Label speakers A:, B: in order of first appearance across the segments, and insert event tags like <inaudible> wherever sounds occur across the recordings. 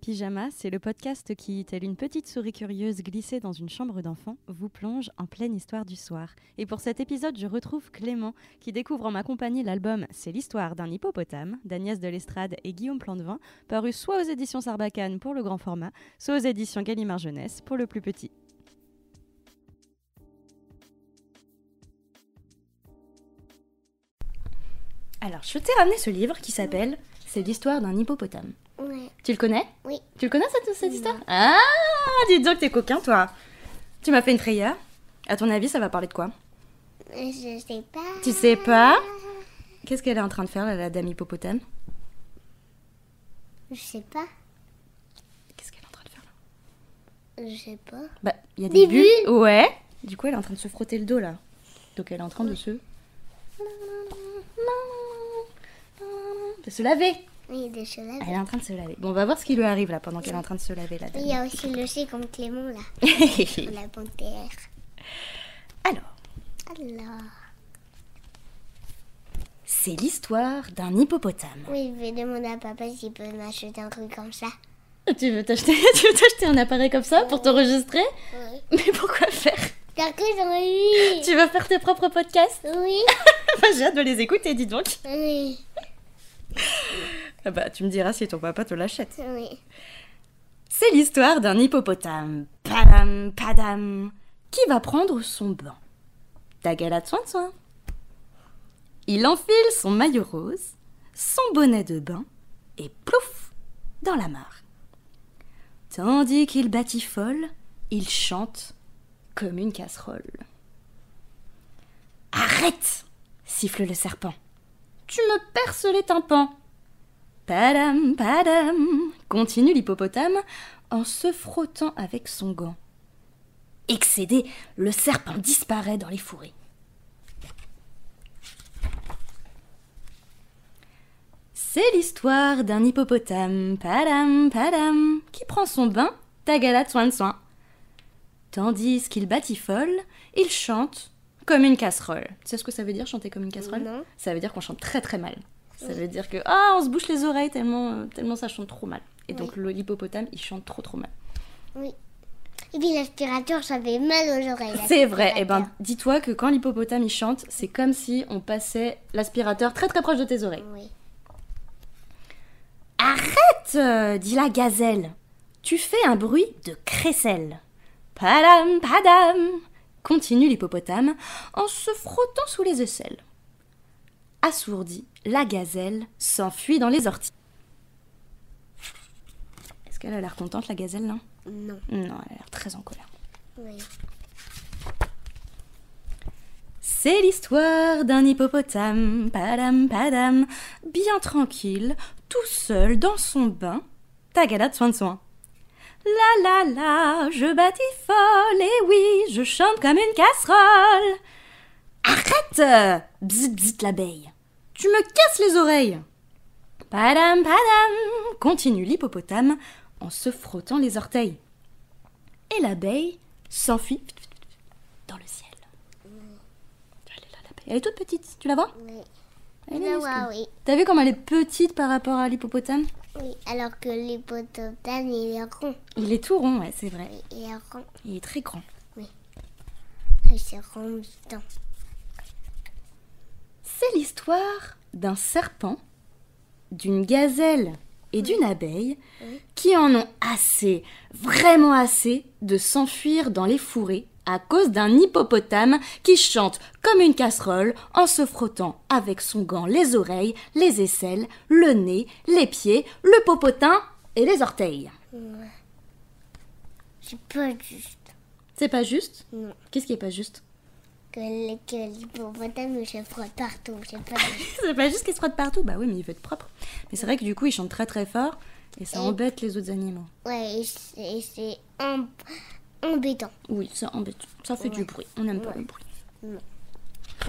A: Pyjama, c'est le podcast qui, telle une petite souris curieuse glissée dans une chambre d'enfant, vous plonge en pleine histoire du soir. Et pour cet épisode, je retrouve Clément, qui découvre en ma compagnie l'album C'est l'histoire d'un hippopotame d'Agnès de l'Estrade et Guillaume Plantevin, paru soit aux éditions Sarbacane pour le grand format, soit aux éditions Gallimard Jeunesse pour le plus petit. Alors, je t'ai ramené ce livre qui s'appelle C'est l'histoire d'un hippopotame.
B: Ouais.
A: Tu le connais
B: Oui.
A: Tu le connais cette, cette histoire Ah, dis donc, t'es coquin, toi. Tu m'as fait une frayeur. À ton avis, ça va parler de quoi
B: Je sais pas.
A: Tu sais pas Qu'est-ce qu'elle est en train de faire, la, la dame hippopotame
B: Je sais pas.
A: Qu'est-ce qu'elle est en train de faire là
B: Je sais pas.
A: Bah, il y a
B: Des
A: des, bulles.
B: bulles
A: Ouais. Du coup, elle est en train de se frotter le dos là. Donc, elle est en train de se. de se laver.
B: Oui, il y a des chenilles.
A: Elle est en train de se laver. Bon, on va voir ce qui lui arrive là pendant qu'elle est en train de se laver la
B: Oui,
A: dame.
B: il y a aussi le chien comme Clément là. La panthère.
A: <laughs> Alors,
B: Alors.
A: c'est l'histoire d'un hippopotame.
B: Oui, je vais demander à papa s'il peut m'acheter un truc comme ça.
A: Tu veux t'acheter, <laughs> tu veux t'acheter un appareil comme ça pour t'enregistrer
B: Oui.
A: Mais pourquoi faire
B: T'as que j'en
A: Tu vas faire tes propres podcasts
B: Oui.
A: J'ai hâte de les écouter, dis donc.
B: Oui.
A: Ah bah, tu me diras si ton papa te l'achète.
B: Oui.
A: C'est l'histoire d'un hippopotame. Padam, padam. Qui va prendre son bain Tagala de soin de soin. Il enfile son maillot rose, son bonnet de bain, et plouf Dans la mare. Tandis qu'il batifole, il chante comme une casserole. Arrête siffle le serpent. Tu me perces les tympans. Padam, padam, continue l'hippopotame en se frottant avec son gant. Excédé, le serpent disparaît dans les fourrés. C'est l'histoire d'un hippopotame, padam, padam, qui prend son bain, tagala de soin de soin. Tandis qu'il batifole, il chante comme une casserole. Tu sais ce que ça veut dire chanter comme une casserole
B: Non.
A: Ça veut dire qu'on chante très très mal. Ça veut dire que ah, on se bouche les oreilles tellement, euh, tellement ça chante trop mal. Et donc le- l'hippopotame, il chante trop trop mal.
B: Oui. Et puis l'aspirateur, ça fait mal aux oreilles.
A: C'est vrai.
B: l'aspirateur.
A: Et ben, dis-toi que quand l'hippopotame il chante, c'est comme si on passait l'aspirateur très très proche de tes oreilles.
B: Oui.
A: Arrête, euh, dit la gazelle. Tu fais un bruit de crécelle. Padam, padam, continue l'hippopotame en se frottant sous les aisselles. Assourdie, la gazelle s'enfuit dans les orties. Est-ce qu'elle a l'air contente, la gazelle, non
B: Non.
A: Non, elle a l'air très en colère.
B: Oui.
A: C'est l'histoire d'un hippopotame, padam padam, bien tranquille, tout seul dans son bain, tagada de soin de soin. La la la, je batifole, et oui, je chante comme une casserole. Arrête Bzit bzit l'abeille. Tu me casses les oreilles Padam padam, continue l'hippopotame en se frottant les orteils. Et l'abeille s'enfuit dans le ciel. Elle est là, la paix. Elle est toute petite, tu la vois
B: Oui.
A: Elle est
B: Je la vois,
A: minuscule.
B: oui.
A: T'as vu comme elle est petite par rapport à l'hippopotame
B: Oui. Alors que l'hippopotame, il est rond.
A: Il est tout rond, ouais, c'est vrai.
B: Oui, Il est rond.
A: Il est très grand.
B: Il se rond dedans.
A: C'est l'histoire d'un serpent, d'une gazelle et d'une abeille qui en ont assez, vraiment assez, de s'enfuir dans les fourrés à cause d'un hippopotame qui chante comme une casserole en se frottant avec son gant les oreilles, les aisselles, le nez, les pieds, le popotin et les orteils.
B: C'est pas juste.
A: C'est pas juste
B: Non.
A: Qu'est-ce qui est pas juste <laughs>
B: Que, le- que l'hippopotame se frotte partout, c'est pas juste.
A: C'est pas juste qu'il se frotte partout. Bah oui, mais il veut être propre. Mais c'est vrai que du coup, il chante très très fort et ça embête les autres animaux.
B: Ouais, et c'est- et c'est em- embêtant.
A: Oui, ça embête. Ça fait du bruit. On n'aime pas le bruit.
B: On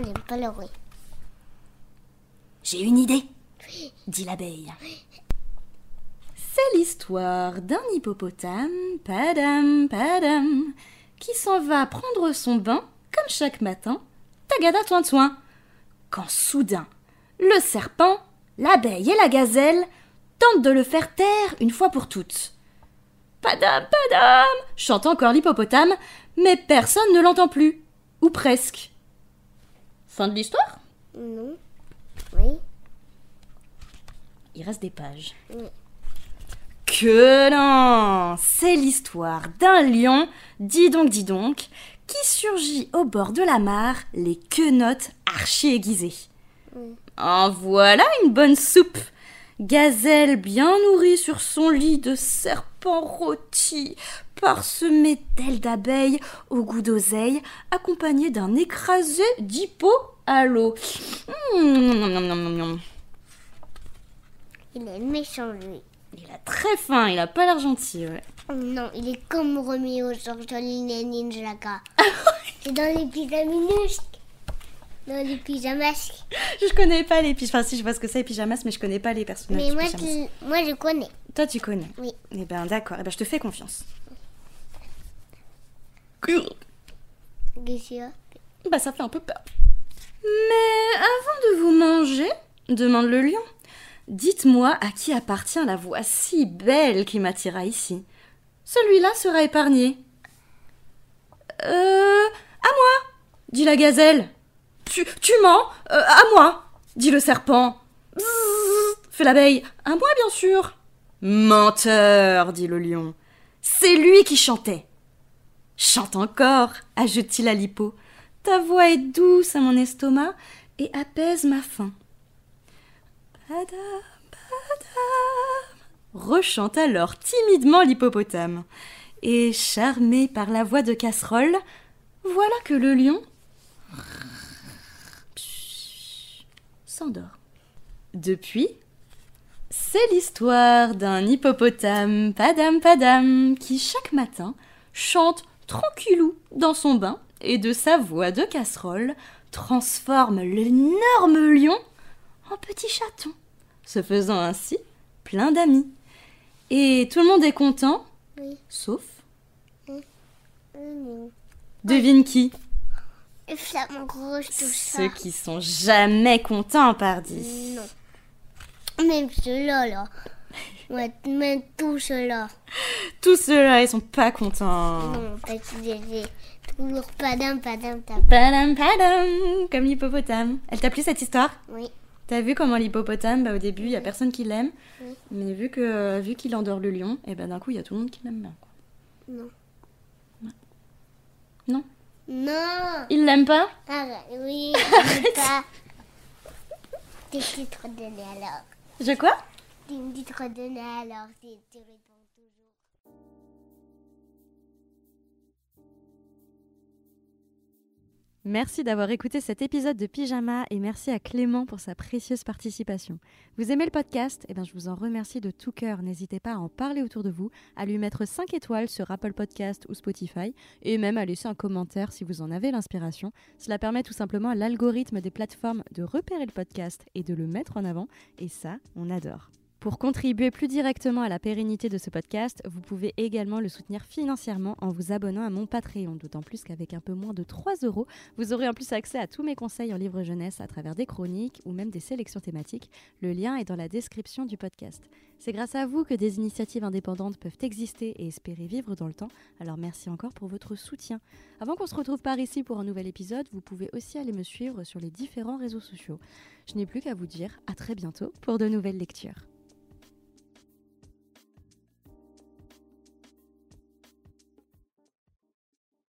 B: n'aime pas le bruit.
A: J'ai une idée, dit l'abeille. C'est l'histoire d'un hippopotame, padam, padam, qui s'en va prendre son bain, comme chaque matin, tagada soin de soin. Quand soudain, le serpent, l'abeille et la gazelle tentent de le faire taire une fois pour toutes. Padam, padam chante encore l'hippopotame, mais personne ne l'entend plus. Ou presque. Fin de l'histoire
B: Non. Oui.
A: Il reste des pages.
B: Oui.
A: Que non C'est l'histoire d'un lion, dis donc, dis donc, qui surgit au bord de la mare, les quenottes archi aiguisées. En voilà une bonne soupe Gazelle bien nourrie sur son lit de serpents rôtis, parsemée d'ailes d'abeilles au goût d'oseille, accompagnée d'un écrasé d'hippo à l'eau. Mmh, nom, nom, nom, nom, nom.
B: Il est méchant, lui. Oh
A: Il a très faim, il a pas l'air gentil. ouais.
B: Non, il est comme Roméo sur Jolene et Ninjaga.
A: <laughs> Ah
B: C'est dans les pyjaminusques. Dans les pyjamasques.
A: Je connais pas les pyjamas. Enfin, si je vois ce que c'est, les pyjamas, mais je connais pas les personnages.
B: Mais
A: des
B: moi
A: pyjamas.
B: je, moi, je connais.
A: Toi, tu connais.
B: Oui.
A: Eh ben, d'accord. Eh ben, je te fais confiance.
B: Qu'est-ce qu'il y a
A: Bah ça fait un peu peur. Mais avant de vous manger, demande le lion, dites-moi à qui appartient la voix si belle qui m'attira ici. Celui-là sera épargné. Euh, à moi, dit la gazelle. Tu, tu mens, Euh, à moi, dit le serpent. Bzzz, fait l'abeille. À moi, bien sûr. Menteur, dit le lion. C'est lui qui chantait. Chante encore, ajoute-t-il à Lippo. Ta voix est douce à mon estomac et apaise ma faim. Badam, badam, rechante alors timidement l'hippopotame. Et charmé par la voix de casserole, voilà que le lion s'endort. Depuis, c'est l'histoire d'un hippopotame, padam padam, qui chaque matin chante tranquillou dans son bain et de sa voix de casserole transforme l'énorme lion en petit chaton, se faisant ainsi plein d'amis. Et tout le monde est content,
B: Oui.
A: sauf
B: Hum,
A: devine qui
B: Et flamant rouge, tout ça.
A: Ceux qui sont jamais contents, pardi.
B: Non. Même ceux-là, là. Ouais, même tout ceux-là.
A: Tous ceux-là, ils sont pas contents.
B: Non, parce que j'ai toujours pas d'un, pas d'un, pas
A: Padam padam, comme l'hippopotame. Elle t'a plu cette histoire
B: Oui.
A: T'as vu comment l'hippopotame, bah, au début, il y a personne qui l'aime. Mais vu que euh, vu qu'il endort le lion, et ben d'un coup, il y a tout le monde qui l'aime bien. quoi.
B: Non.
A: Non
B: Non
A: Il l'aime pas
B: Arrête, oui, je veux pas. T'es qui te redonner alors
A: Je quoi
B: Tu me dis de redonner alors, si tu réponds toujours.
A: Merci d'avoir écouté cet épisode de Pyjama et merci à Clément pour sa précieuse participation. Vous aimez le podcast Eh bien, je vous en remercie de tout cœur. N'hésitez pas à en parler autour de vous, à lui mettre 5 étoiles sur Apple Podcast ou Spotify et même à laisser un commentaire si vous en avez l'inspiration. Cela permet tout simplement à l'algorithme des plateformes de repérer le podcast et de le mettre en avant et ça, on adore. Pour contribuer plus directement à la pérennité de ce podcast, vous pouvez également le soutenir financièrement en vous abonnant à mon Patreon, d'autant plus qu'avec un peu moins de 3 euros, vous aurez en plus accès à tous mes conseils en livre jeunesse à travers des chroniques ou même des sélections thématiques. Le lien est dans la description du podcast. C'est grâce à vous que des initiatives indépendantes peuvent exister et espérer vivre dans le temps, alors merci encore pour votre soutien. Avant qu'on se retrouve par ici pour un nouvel épisode, vous pouvez aussi aller me suivre sur les différents réseaux sociaux. Je n'ai plus qu'à vous dire à très bientôt pour de nouvelles lectures.